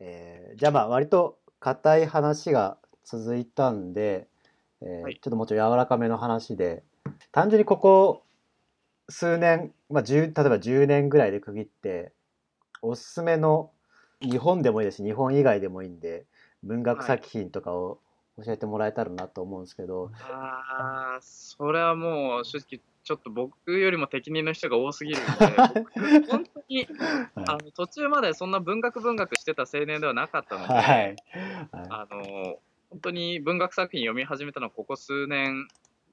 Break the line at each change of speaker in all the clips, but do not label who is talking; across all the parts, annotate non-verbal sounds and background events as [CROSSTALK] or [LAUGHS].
えーじゃあまあ割と硬い話が続いたんで、えー
はい
ちょっともうちょい柔らかめの話で単純にここ数年、まあ、10例えば10年ぐらいで区切っておすすめの日本でもいいですし日本以外でもいいんで文学作品とかを教えてもらえたらなと思うんですけど、
ああ、それはもう正直、ちょっと僕よりも適任の人が多す
[LAUGHS]
ぎるんで、僕本当にあの途中までそんな文学文学してた青年ではなかったので、
はい、
あの本当に文学作品読み始めたのはここ数年、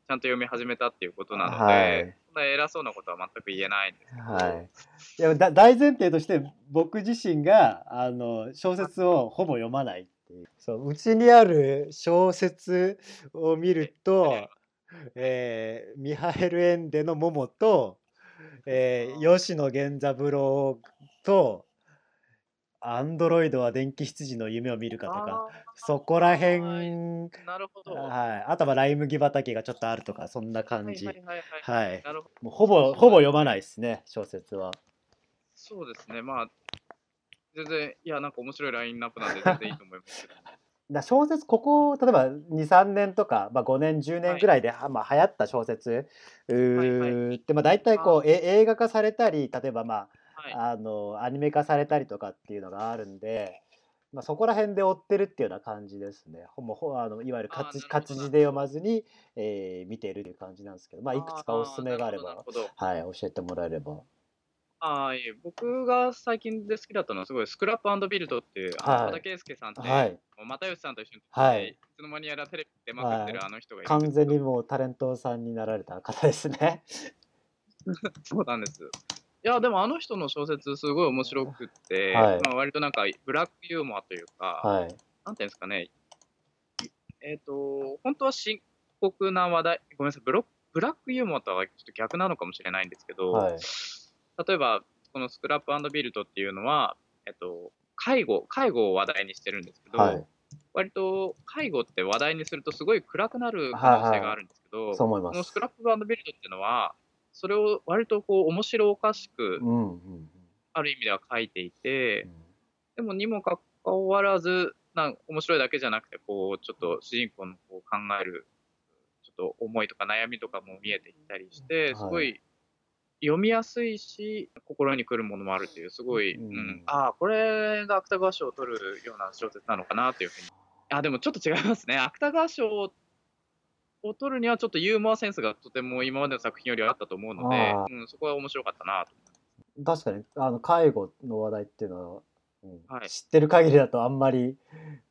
ちゃんと読み始めたっていうことなので、
はい
そんな偉そうなことは全く言えないんですけど、
はい、いやだ大前提として僕自身があの小説をほぼ読まないっていうそううちにある小説を見ると、えーミハエル・エンデの「モモと、えー吉野源三郎と「アンドロイドは電気羊の夢を見るか」とかそこら
はい
辺
なるほど。
はい、あとはライ麦畑がちょっとあるとかそんな感じ、
はいはいはいは
は
い
い
なるほど
もうほぼほぼ読まないですね小説は。
そうですね、まあ、全然、いや、なんか面白いラインナップなんで、全然いいと思いますけど。
だ小説ここ例えば23年とか、まあ、5年10年ぐらいで、はまあ、流行った小説うーって、まあ、大体こうえ映画化されたり例えば、ま
はい、
あ、あのアニメ化されたりとかっていうのがあるんで、まあ、そこら辺で追ってるっていうような感じですねほぼほあのいわゆる活字
あーなるほ
活
ど
字で読まずに、えー見てるっていう感じなんですけど、まあ、いくつかおすすめがあれ
なる
ば
ほどなるほど
はい、教えてもらえれば。
あーいえ僕が最近で好きだったのは、すごい、スクラップビルドっていう、
はい
あの和田圭介さんって、
はい、
又吉さんと一緒に、
はい
つの間にやらテレビ出まくってるあの人がいるんで
完
すけ
全
ど
にもうタレントさんになられた方ですね。
そうなんです。いや、でもあの人の小説、すごい面白くって、
はい
まあ、割となんか、ブラックユーモアというか、
はい、
なんていうんですかね、えっ、と、本当は深刻な話題、ごめんなさい、ブロブラックユーモアとはちょっと逆なのかもしれないんですけど、
はい、
例えば、このスクラップビルドっていうのは、えっ、と、介護、介護を話題にしてるんですけど、
はい、
割と介護って話題にするとすごい暗くなる可能性があるんですけど、
そう思いま
このス
す
ク。ラップビルドっていうのは、それを割とこう面白おかしく、
うんうんうん
ある意味では書いていて、
うん
でもにもかかわらず、なん面白いだけじゃなくて、こう、ちょっと主人公のこう考える、ちょっと思いとか悩みとかも見えてきたりし
は
て、
い
すごい読みやすいし、心に来るものもあるっていう、すごい、
う
うんん、ああ、これが芥川賞を取るような小説なのかなというふうに。あ、でもちょっと違いますね。芥川賞を取るには、ちょっとユーモアセンスがとても今までの作品よりはあったと思うので
あ、
うん、そこは面白かったなと。
確かにあの介護の話題っていうのは、うん
はい
知ってる限りだとあんまり、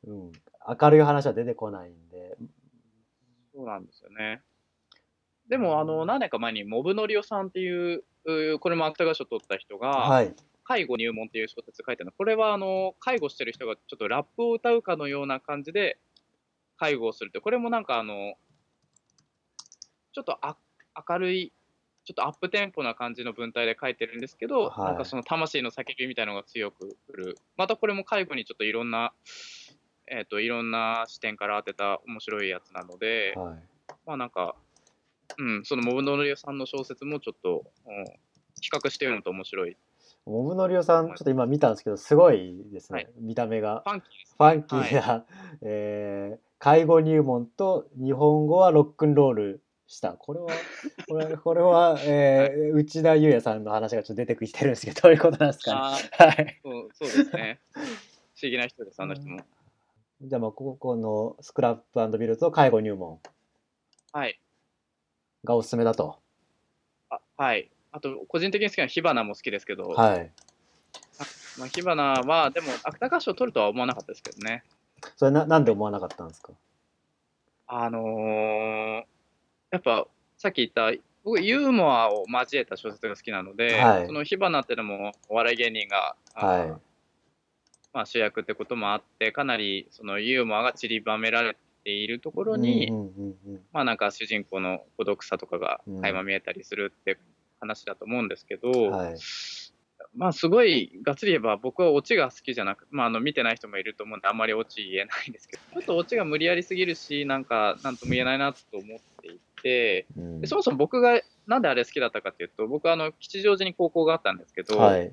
うん、明るい話は出てこないんで
そうなんですよね。でも、あの、何年か前に、モブノリオさんっていう、うこれも芥川賞取った人が、
はい
介護入門っていう小説書いてるの。これは、あの、介護してる人がちょっとラップを歌うかのような感じで、介護をするって、これもなんか、あの、ちょっとあ明るい、ちょっとアップテンポな感じの文体で書いてるんですけど、
はい
なんかその魂の叫びみたいのが強くくる。またこれも介護にちょっといろんな、えっ、と、いろんな視点から当てた面白いやつなので、
は
まあなんか、うん、そのモブノリオさんの小説もちょっと、うん、比較して読むと面白い。
いモブのりおさんちょっと今見たんですけどすごいですね、
はい
見た目が
ファンキーです。
ファンキーな、 [LAUGHS] えー介護入門と日本語はロックンロールしたこれはこ
[LAUGHS]
れこれは、えー内田裕也さんの話がちょっと出てきてるんですけどどういうことなんですかね
あー
はい
そうそうで
[LAUGHS]
すね。不思議な人です、あの人も。
じゃあまあここのスクラップビルドと介護入門
はい。
がおすすめだと。
あはい。あと、個人的に好きな火花も好きですけど、
はい。
まあ、火花は、でも、芥川賞取るとは思わなかったですけどね。
それななんで思わなかったんですか。
あのーやっぱ、さっき言った、僕、ユーモアを交えた小説が好きなので、
はい
その火花ってのも、お笑い芸人が、あー
は
まあ、主役ってこともあってかなりそのユーモアが散りばめられているとこ
い。
ろに、
うんうんうんうん
まあなんか主人公の孤独さとかが
うん
垣間見えたりするって話だと思うんですけど、
はい
まあすごいがっつり言えば僕はオチが好きじゃなくまああの見てない人もいると思うんであんまりオチ言えないんですけど [LAUGHS] ちょっとオチが無理やりすぎるしなんかなんとも言えないなと思っていて
うん
でそもそも僕がなんであれ好きだったかっていうと僕はあの吉祥寺に高校があったんですけど、
はい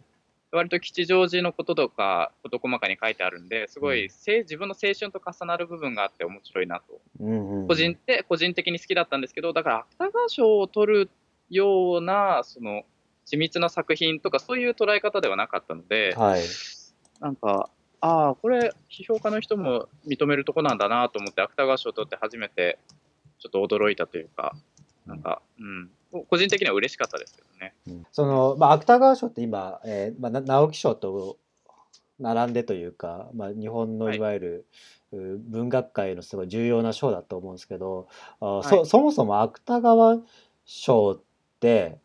割と吉祥寺のこととか、事細かに書いてあるんで、すごい、せい自分の青春と重なる部分があって面白いなと。
うんうん
個人で、個人的に好きだったんですけど、だから芥川賞を取るような、その、緻密な作品とか、そういう捉え方ではなかったので、
はい。
なんか、ああ、これ、批評家の人も認めるとこなんだなと思って、芥川賞取って初めて、ちょっと驚いたというか、なんか、うん、個人的には嬉しかったですけどね。
その、まあ、芥川賞って今、えーまあ、な直木賞と並んでというか、まあ、日本の
はい
いわゆる、う文学界のすごい重要な賞だと思うんですけど、あ
い
そそもそも芥川賞って、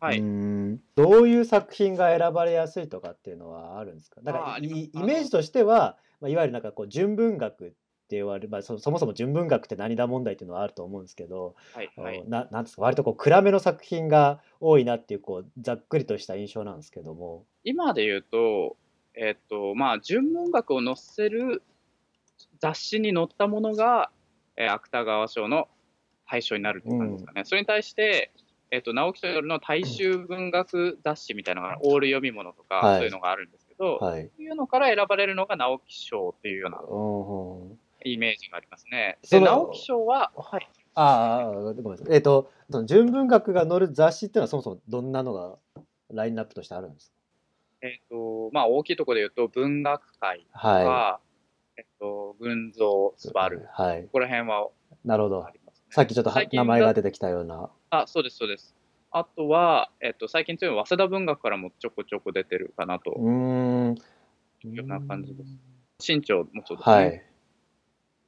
はいう
ーんどういう作品が選ばれやすいとかっていうのはあるんですかなん
あー
か
あ
い
ります
イ
あの
メージとしては、まあ、いわゆるなんかこう純文学って言われる、まあ、そそもそも純文学って何だ問題っていうのはあると思うんですけど、
はい、はい。
ななんですか割とこう暗めの作品が多いなっていうこうざっくりとした印象なんですけども。
今で言うと、えっと、まあ、純文学を載せる雑誌に載ったものが、えー芥川賞の対象になるって感じですかね。それに対して、えっと、直木賞よりの大衆文学雑誌みたいなのが、オール読み物とか、
はい
そういうのがあるんですけど、
はい。
そういうのから選ばれるのが直木賞っていうような
うんうん
イメージがありますね。
そ
で、
の
直木賞は、はい、
あーあー、ごめんなさい。えっ、と、その純文学が載る雑誌っていうのはそもそもどんなのがラインナップとしてあるんです
えっ、と、まあ、大きいところで言うと、文学界
か
とか、
は
えっと、群像、
い。
スバル、こ
はい。
こら辺は
なるほど
あ。りますね。
さっきちょっとは
最近
名前が出てきたような。
あ、そうです、そうです。あとは、えっと、最近強いのは早稲田文学からもちょこちょこ出てるかな
う
と。
ーん。
ような感じです。新潮もそうですね。
はい。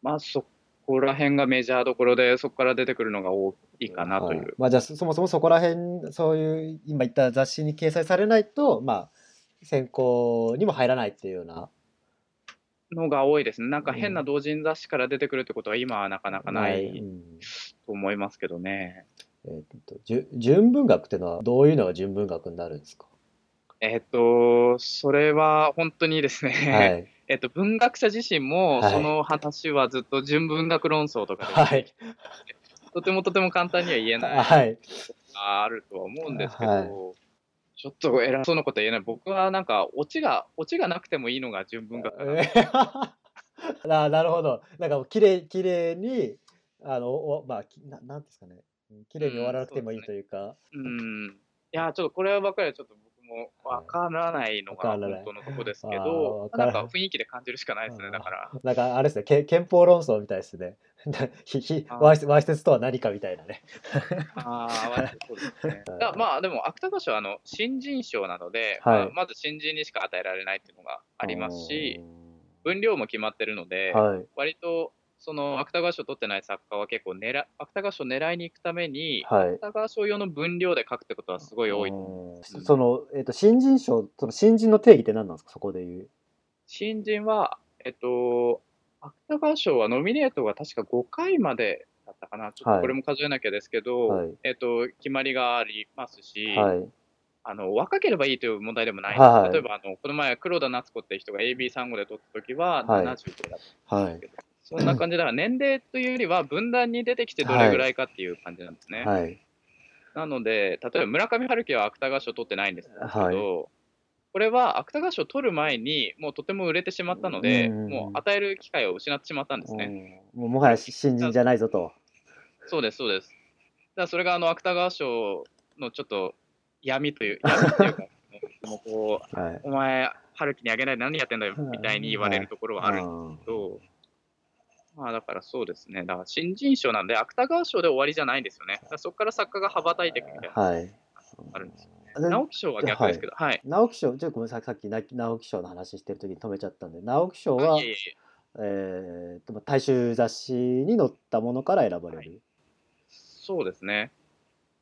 まあ、そこら辺がメジャーどころで、そこから出てくるのが多いかなという。
はいまあ、じゃあそもそもそこら辺そういう今言った雑誌に掲載されないと、まあ、選考にも入らないっていうような
のが多いですね。なんか変な同人雑誌から出てくるってことは今はなかなかな
う
い
ん
と思いますけどね。
えーっとじゅ純文学ってのはどういうのが純文学になるん
[LAUGHS]
ですか、
えっと、それは本当にですね、
はい、
[LAUGHS] えっと、文学者自身も
はい
その話はずっと純文学論争とかで、
はい、
とてもとても簡単には言えない
はい、
あるとは思うんですけど、
はい
ちょっと偉そうなことは言えない。僕はなんか、オチが、オチがなくてもいいのが純文学かな。
[LAUGHS] ななるほどなんかもう綺麗綺麗にあのおまあきななんですかね綺麗に終わらなくてもいいというか、
うん。いや、ちょっとこればっかりはちょっと僕もわからないのが
わからない
本当のとこですけ
あーわ
ど、
か
な
ら
ん
ない
か雰囲気で感じるしかないですね、だから。
なんかあれですねけ憲法論争みたいですね [LAUGHS] ひひ
あー
わいせわいせつとは何かみたいなね
ああ、割とそうで
[LAUGHS]
すね。だまあでも、芥川賞はあの新人賞なので、
はい
まあ、まず新人にしか与えられないっていうのがありますし、
う
分量も決まってるので、
んはい
割とその芥川賞取ってない作家は結構狙、芥川賞狙いに行くために、
はい
芥川賞用の分量で書くってことはすごい多い。
うんそその、えっと新人賞その新人の定義って何なんですかそこで言う
新人は、えっと、芥川賞はノミネートが確か5回までだったかな、ちょっ
はい
とこれも数えなきゃですけど、
はい
えっと、決まりがありますし、
はい
あの若ければいいという問題でもない、
はい
例えばあのこの前、黒田夏子って人が AB35 で取った時は
は
70
い
だった、
はい
そんな感じ
[LAUGHS]
だから、年齢というよりは分断に出てきてどれぐらいかっていう感じなんですね。
はい
なので、例えば村上春樹は芥川賞取ってないんですけど、
はい
これは芥川賞取る前に、もうとても売れてしまったので、
うん
もう与える機会を失ってしまったんですね。
うんもうもはや新人じゃないぞと。
そうです、そうです。だからそれがあの芥川賞のちょっと闇という、闇というか、もうこう
はい。
お前、春樹にあげないで何やってんだよみたいに言われるところはあるんです
うん
けど、まあだからそうですね、だから新人賞なんで、芥川賞で終わりじゃないんですよね。だからそこから作家が羽ばたいていくみたいな。
はい。
あるんです
で
直木賞は逆ですけど、はい。
直木賞、ちょっとごめんなさい、さっきな直木賞の話してる時に止めちゃったんで、直木賞
あ
は、
いえいえ
えーっとまあ大衆雑誌に載ったものから選ばれる。
そうですね。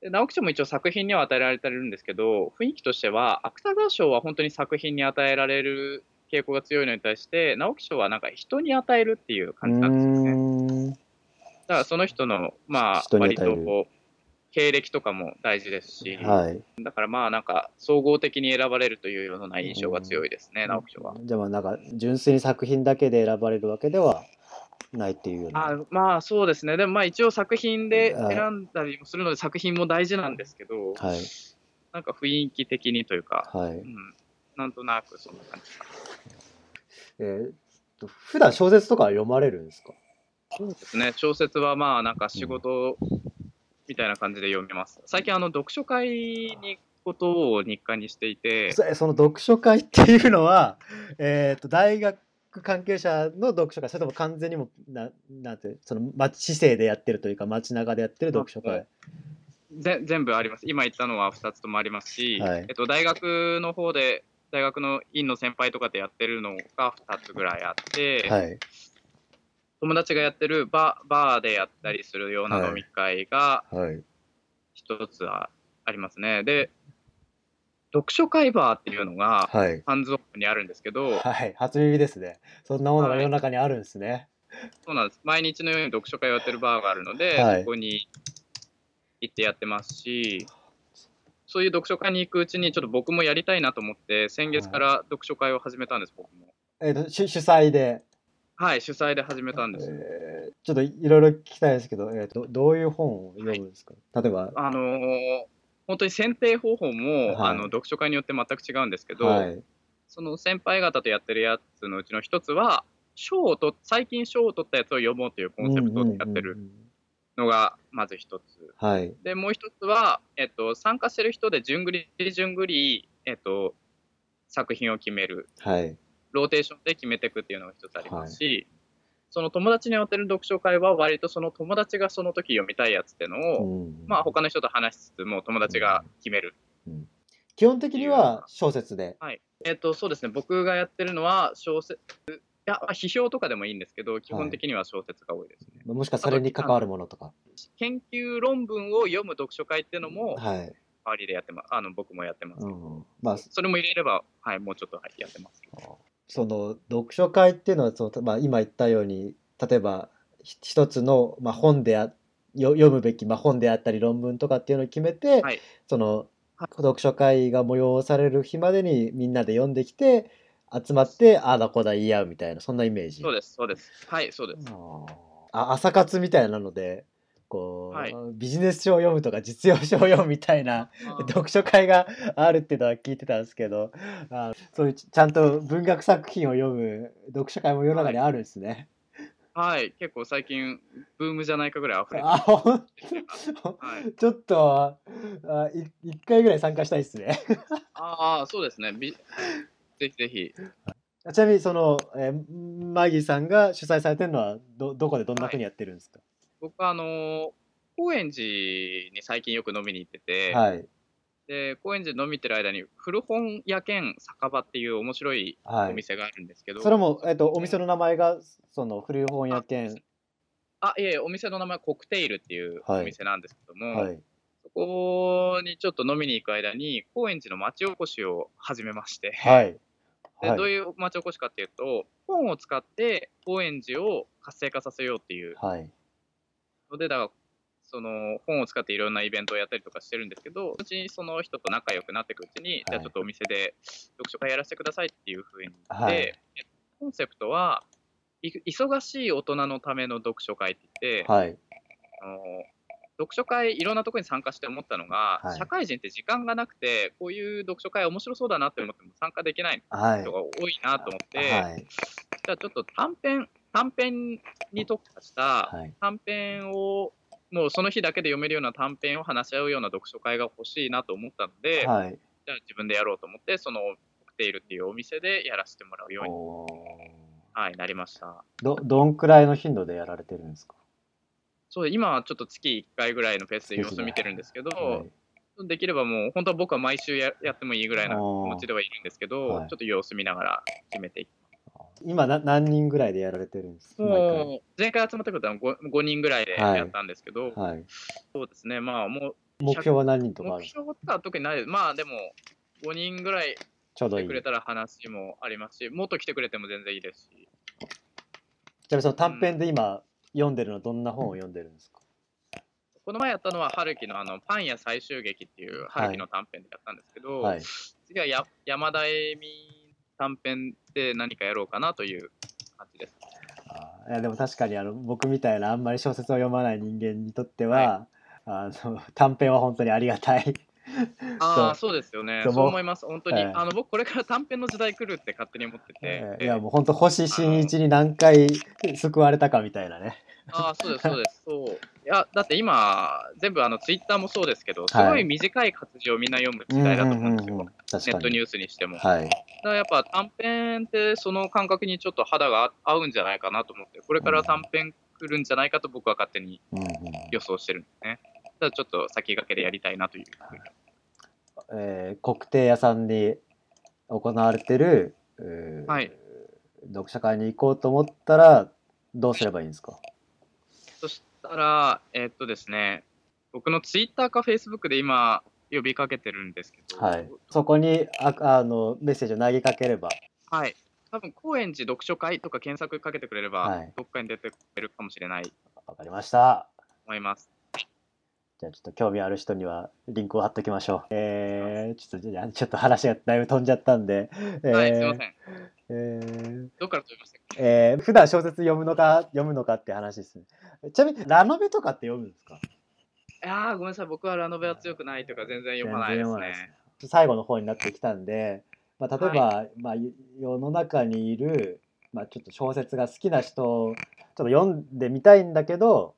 で直木賞も一応作品には与えられてるんですけど、雰囲気としては、芥川賞は本当に作品に与えられる傾向が強いのに対して、直木賞はなんか人に与えるっていう感じなんですよね。
うーん
だからその人の、まあ、
人に与
割
える
とこう、経歴とかも大事ですし、
はい。
だからまあなんか総合的に選ばれるというような印象が強いですね、直木賞は。
じゃあまあなんか純粋に作品だけで選ばれるわけではないっていうような。
あまあそうですね、でもまあ一応作品で選んだりもするので、作品も大事なんですけど、
はい
なんか雰囲気的にというか、。
はいう
ん、なんとなくそんな感じですか。
えーっと普段小説とかは読まれるんですか
そうですね。小説はまあなんか仕事みたいな感じで読みます。最近あの読書会にことを日課にしていて、
そその読書会っていうのは、 [LAUGHS] えーっと大学関係者の読書会それとも完全にもうななんていうその町市政でやってるというか街中でやってる読書会
ぜ全部あります。今言ったのは2つともありますし、
はい
えっと、大学の方で、大学の院の先輩とかでやってるのが2つぐらいあって、
はい
友達がやってるバーバーでやったりするような飲み会が
はい
1つはありますね。で、読書会バーっていうのが、
はい
ハンズオフにあるんですけど、
はい初耳ですねそんなものが世の中にあるんですね
そうなんです。毎日のように読書会をやってるバーがあるので、
はい
そこに行ってやってますし、そういう読書会に行くうちに、ちょっと僕もやりたいなと思って、先月から読書会を始めたんです、僕も。
えーっと主主催で
はい、主催で始めたんです。
えーちょっといろいろ聞きたいですけど、えー、どどういう本を読むんですか、例えば、
あのー本当に選定方法も、
はい
あの読書会によって全く違うんですけど、
はい、
その先輩方とやってるやつのうちの一つは、賞をと最近賞を取ったやつを読もうというコンセプトでやって
うん
る
うんうん
のがまず一つ。
うん。はい。
で、もう一つは、えっと、参加してる人で順繰り順繰り、えっと、作品を決める。
はい。
ローテーションで決めていくっていうのが一つありますし、その友達に当てる読書会は割とその友達がその時読みたいやつってのを、
うん
まあ他の人と話しつつも友達が決める。
基本的には小説で。
えっと、そうですね、僕がやってるのは小説、いや、まあ批評とかでもいいんですけど、基本的には小説が多いですね。
もしかしたらそれに関わるものとか。
研究論文を読む読書会っていうのも、代
はい。
わりでやってます。あの、僕もやってます
う
けど。
ん。まあ、
それも入れれば、はい、もうちょっとはいやってます。
その読書会っていうのはその、まあ、今言ったように例えばひ一つの、まあ、本であよ読むべき、まあ、本であったり論文とかっていうのを決めて、
はい
その
はい
読書会が催される日までにみんなで読んできて集まってああだこうだ言い合うみたいなそんなイメージ。
そうです、そうです。はい、そうです。
あ朝活みたいなのでこう、
はい
ビジネス書を読むとか実用書を読むみたいな [LAUGHS] 読書会があるっていうのは聞いてたんですけどあそういうちちゃんと文学作品を読む読書会も世の中にあるんですね。
はい、結構最近、ブームじゃないかぐらい溢れて
あほん
きてて、はい、
ちょっとあい一回ぐらい参加したいですね。 [LAUGHS]
ああ、そうですね。びぜひぜひ。
ちなみにその、えーマギーさんが主催されてるのはどどこでどんなふうにやってるんですか
僕は、あのー高円寺に最近よく飲みに行ってて、
はい
で高円寺で飲みに行ってる間に古本屋兼酒場っていう面白い
は
お
い。
店があるんですけど、
それも、えっとお店の名前がその古い本屋店。
あいえいえお店の名前はコクテイルっていう
はい
お店なんですけども、
はい、
そこにちょっと飲みに行く間に高円寺の町おこしを始めまして、
はい。
で
はい
どういう町おこしかっていうと、本を使って高円寺を活性化させようっていう
はい。
ので、だからその本を使っていろんなイベントをやったりとかしてるんですけど、うちにその人と仲良くなっていくうちに、じゃあちょっとお店で読書会やらせてくださいっていうふうに言って、
はい
でコンセプトはい忙しい大人のための読書会って言って、
はい。
あの読書会いろんなところに参加して思ったのが、
はい
社会人って時間がなくてこういう読書会面白そうだなって思っても参加できない
はい。
人が多いなと思って、
はい。
じゃあちょっと短編、短編に特化した
はい。
短編を、もうその日だけで読めるような短編を話し合うような読書会が欲しいなと思ったので、
はい。
じゃあ自分でやろうと思って、そのコクテイルっていうお店でやらせてもらうように、
おー
はい、なりました。
ど、どんくらいの頻度でやられてるんですか
そう今はちょっと月1回ぐらいのペースで様
月
子
一
見てるんですけど、
はい
できればもう本当は僕は毎週ややってもいいぐらいな気持ちではいるんですけど、
はい
ちょっと様子見ながら決めていく。
今な何人ぐらいでやられてるんですか毎
もう前回集まったことは 5, 5人ぐらいでやったんですけど、
回はい。
そうですね、まあもう
目標は何人とかあるん
目
ですか
標とかは特にないです。まあでも、5人ぐらい
ちょう
来
どい
て
い。
く
ちな
れたら話もありますし、もっと来てくれても全然いいですし、
みにその短編で今読んでるのはどんな本を読んでるんですか
この前やったのは、春樹のあのパン屋最終劇っていう春樹の短編でやったんですけど、
はい。
次はや山田恵美短編で何かやろうかなという感じです。
あーいやでも確かにあの僕みたいなあんまり小説を読まない人間にとっては、あの短編は本当にありがたい
ああ、
そ
そうですよね。
そ
そうう
もう
思います。本当に。
はい
あの、僕、これから短編の時代来るって勝手に思って
え
て。
ーいやもうほんと星新一に何回救われたかみたいなね。
ああ、そうです、そうです。そう。いや、だって今、全部、あの、ツイッターもそうですけど、す
はい
ごい短い活字をみんな読む時代だと思うんですよ。
うんうんうん確
ネ
か
ットニ
に。
ュースにしても。だか
はい。
らやっぱ短編ってその感覚にちょっと肌が合うんじゃないかなと思って、これから短編来るんじゃないかと僕は勝手に
うんうん
予想してるんですね。ただちょっと先駆けでやりたいなという。
えー、国定屋さんで行われてる、うー
はい
読者会に行こうと思ったらどうすればいいんですか
そしたら、えーっとですね、僕のツイッターかフェイスブックで今呼びかけてるんですけど、
はい、そこにああのメッセージを投げかければ、
はい。多分高円寺読書会とか検索かけてくれれば、
はい
どっかに出てくれるかもしれないと
わかりました。
思います。
じゃあちょっと興味ある人にはリンクを貼っときましょう。えー、ちょっとじゃあちょっと話がだいぶ飛んじゃったんで、えー
はい、すいません。
えー
どっから飛びましたっけ
えー普段小説読むのか読むのかって話ですね。ちなみにラノベとかって読むんですか
ああ、ごめんなさい。僕はラノベは強くないとか全然読まない
全然
です
読まないです
ね。
最後の方になってきたんで、まあ、例えば、まあ、世の中にいる、まあ、ちょっと小説が好きな人をちょっと読んでみたいんだけど、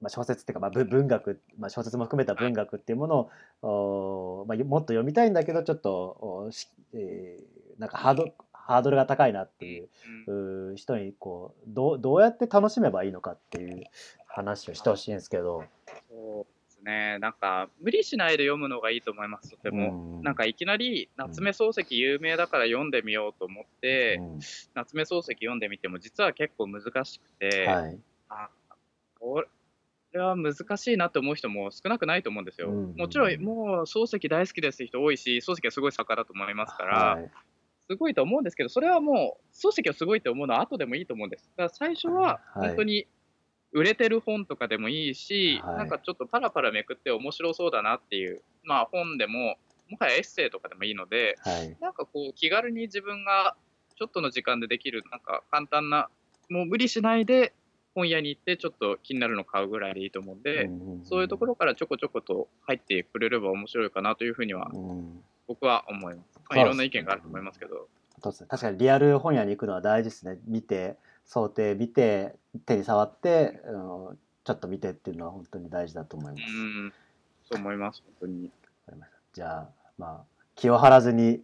まあ、小説っていうか、まあ、ぶ文学、まあ、小説も含めた文学っていうものを、おーまあ、よもっと読みたいんだけどちょっとおーし、えーなんかハードハードルが高いなっていう
うん
うー人にこうどうどうやって楽しめばいいのかっていう話をしてほしいんですけど。
そうですね。なんか、無理しないで読むのがいいと思います。とても。
う
なんかいきなり夏目漱石有名だから読んでみようと思って、
うん
夏目漱石読んでみても実は結構難しくて、
はい
あこれは難しいなと思う人も少なくないと思うんですよ。
うん
もちろん、もう漱石大好きですって人多いし、漱石はすごい作家だと思いますから、
はい
すごいと思うんですけど、それはもう、漱石をすごいと思うのは後でもいいと思うんです。だから最初は
はい
本当に売れてる本とかでもいいし、
はい
なんかちょっとパラパラめくって面白そうだなっていう、まあ本でも、もはやエッセイとかでもいいので、
はい
なんかこう気軽に自分がちょっとの時間でできる、なんか簡単な、もう無理しないで本屋に行ってちょっと気になるの買うぐらいでいいと思うんで、そういうとこ
ろ、
ろからちょこちょこと入ってくれれば面白いかなというふうには
うん
僕は思います。
そうです
まあ、いろんな意見があると思いますけど。
そうですね確かにリアル本屋に行くのは大事ですね見て想定見て手に触って、うん、ちょっと見てっていうのは本当に大事だと思います
う、ん、そう思います、本当に。
じゃあまあ気を張らずに、
い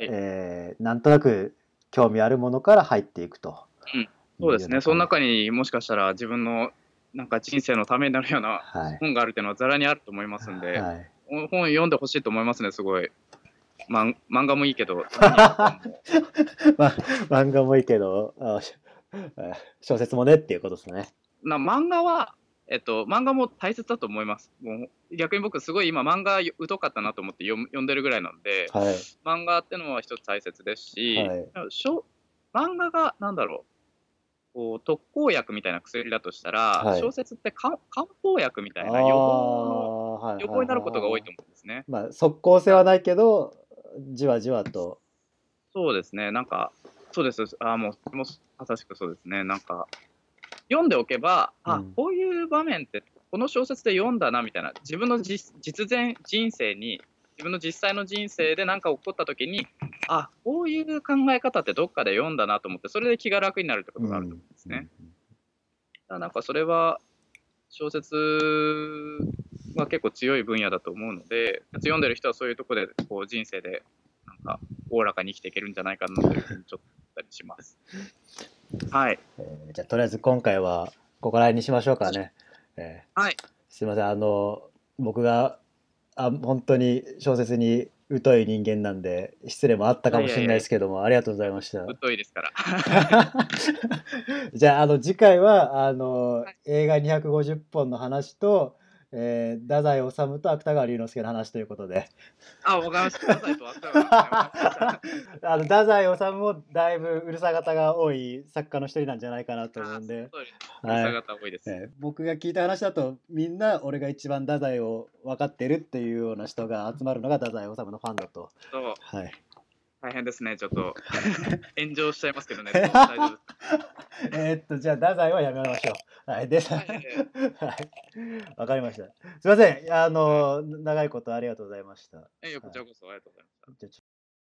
えーなんとなく興味あるものから入っていくと、
うんそうですね、その
感
中にもしかしたら自分のなんか人生のためになるような
じはい
本があるっていうのはざらにあると思いますんで、
はい、 [LAUGHS]
本読んでほしいと思いますね、すごい。まん漫画もいいけ
[LAUGHS]
ど、
ま漫画もいいけどあし小説もねっていうことですね
な漫画は、えっと、漫画も大切だと思います。もう逆に僕、すごい今、漫画疎かったなと思って読む読んでるぐらいなんで、
はい
漫画ってのは一つ大切ですし、
はい
しょ漫画がなんだろうこう特効薬みたいな薬だとしたら、
はい
小説って漢漢方薬みたい
あ
な
ー
予防
はい
の予防になることが多いと
思
思うんですね。
う、まあ、即効性はないけどじわじわと
そうですねなんかそうですあーもうもうまさしくそうですねなんか読んでおけば、
う
あ
ん
こういう場面ってこの小説で読んだなみたいな自分の実実前人生に自分の実際の人生で何か起こった時にあこういう考え方ってどっかで読んだなと思ってそれで気が楽になるってことがあると思うんですね。だからなんかそれは小説は結構強い分野だと思うので読んでる人はそういうところでこう人生でなんかおおらかに生きていけるんじゃないかなというふうにちょっと思ったりします。はい、
えーじゃあとりあえず今回はここら辺にしましょうかね。えー
はい
すいませんあの僕があ本当に小説に疎い人間なんで失礼もあったかもしれないですけどもありがとうございました。
ぶっといですから。
じゃああの次回はあの、
はい
映画250本の話と、えー、太宰治と芥川龍之介の話ということで
あ、わかりました。くださいとわかりま
[LAUGHS]
した
あの太宰治もだいぶうるさ方が多い作家の一人なんじゃないかなと思うんで。
そうですう
はい
るさ方多いです。
えー僕が聞いた話だとみんな俺が一番太宰を分かってるっていうような人が集まるのが太宰治のファンだと。
そう [LAUGHS]
はい、
大変ですね。ちょ
[LAUGHS]
っと炎上しちゃいますけどね。大丈夫です
えーっとじゃあ太宰はやめましょう。はい、で、
は
はい
はい
い、わかりました。すいません、あの、長いことありがとうございました。
ええこちらこそありがとうございました。
じゃあ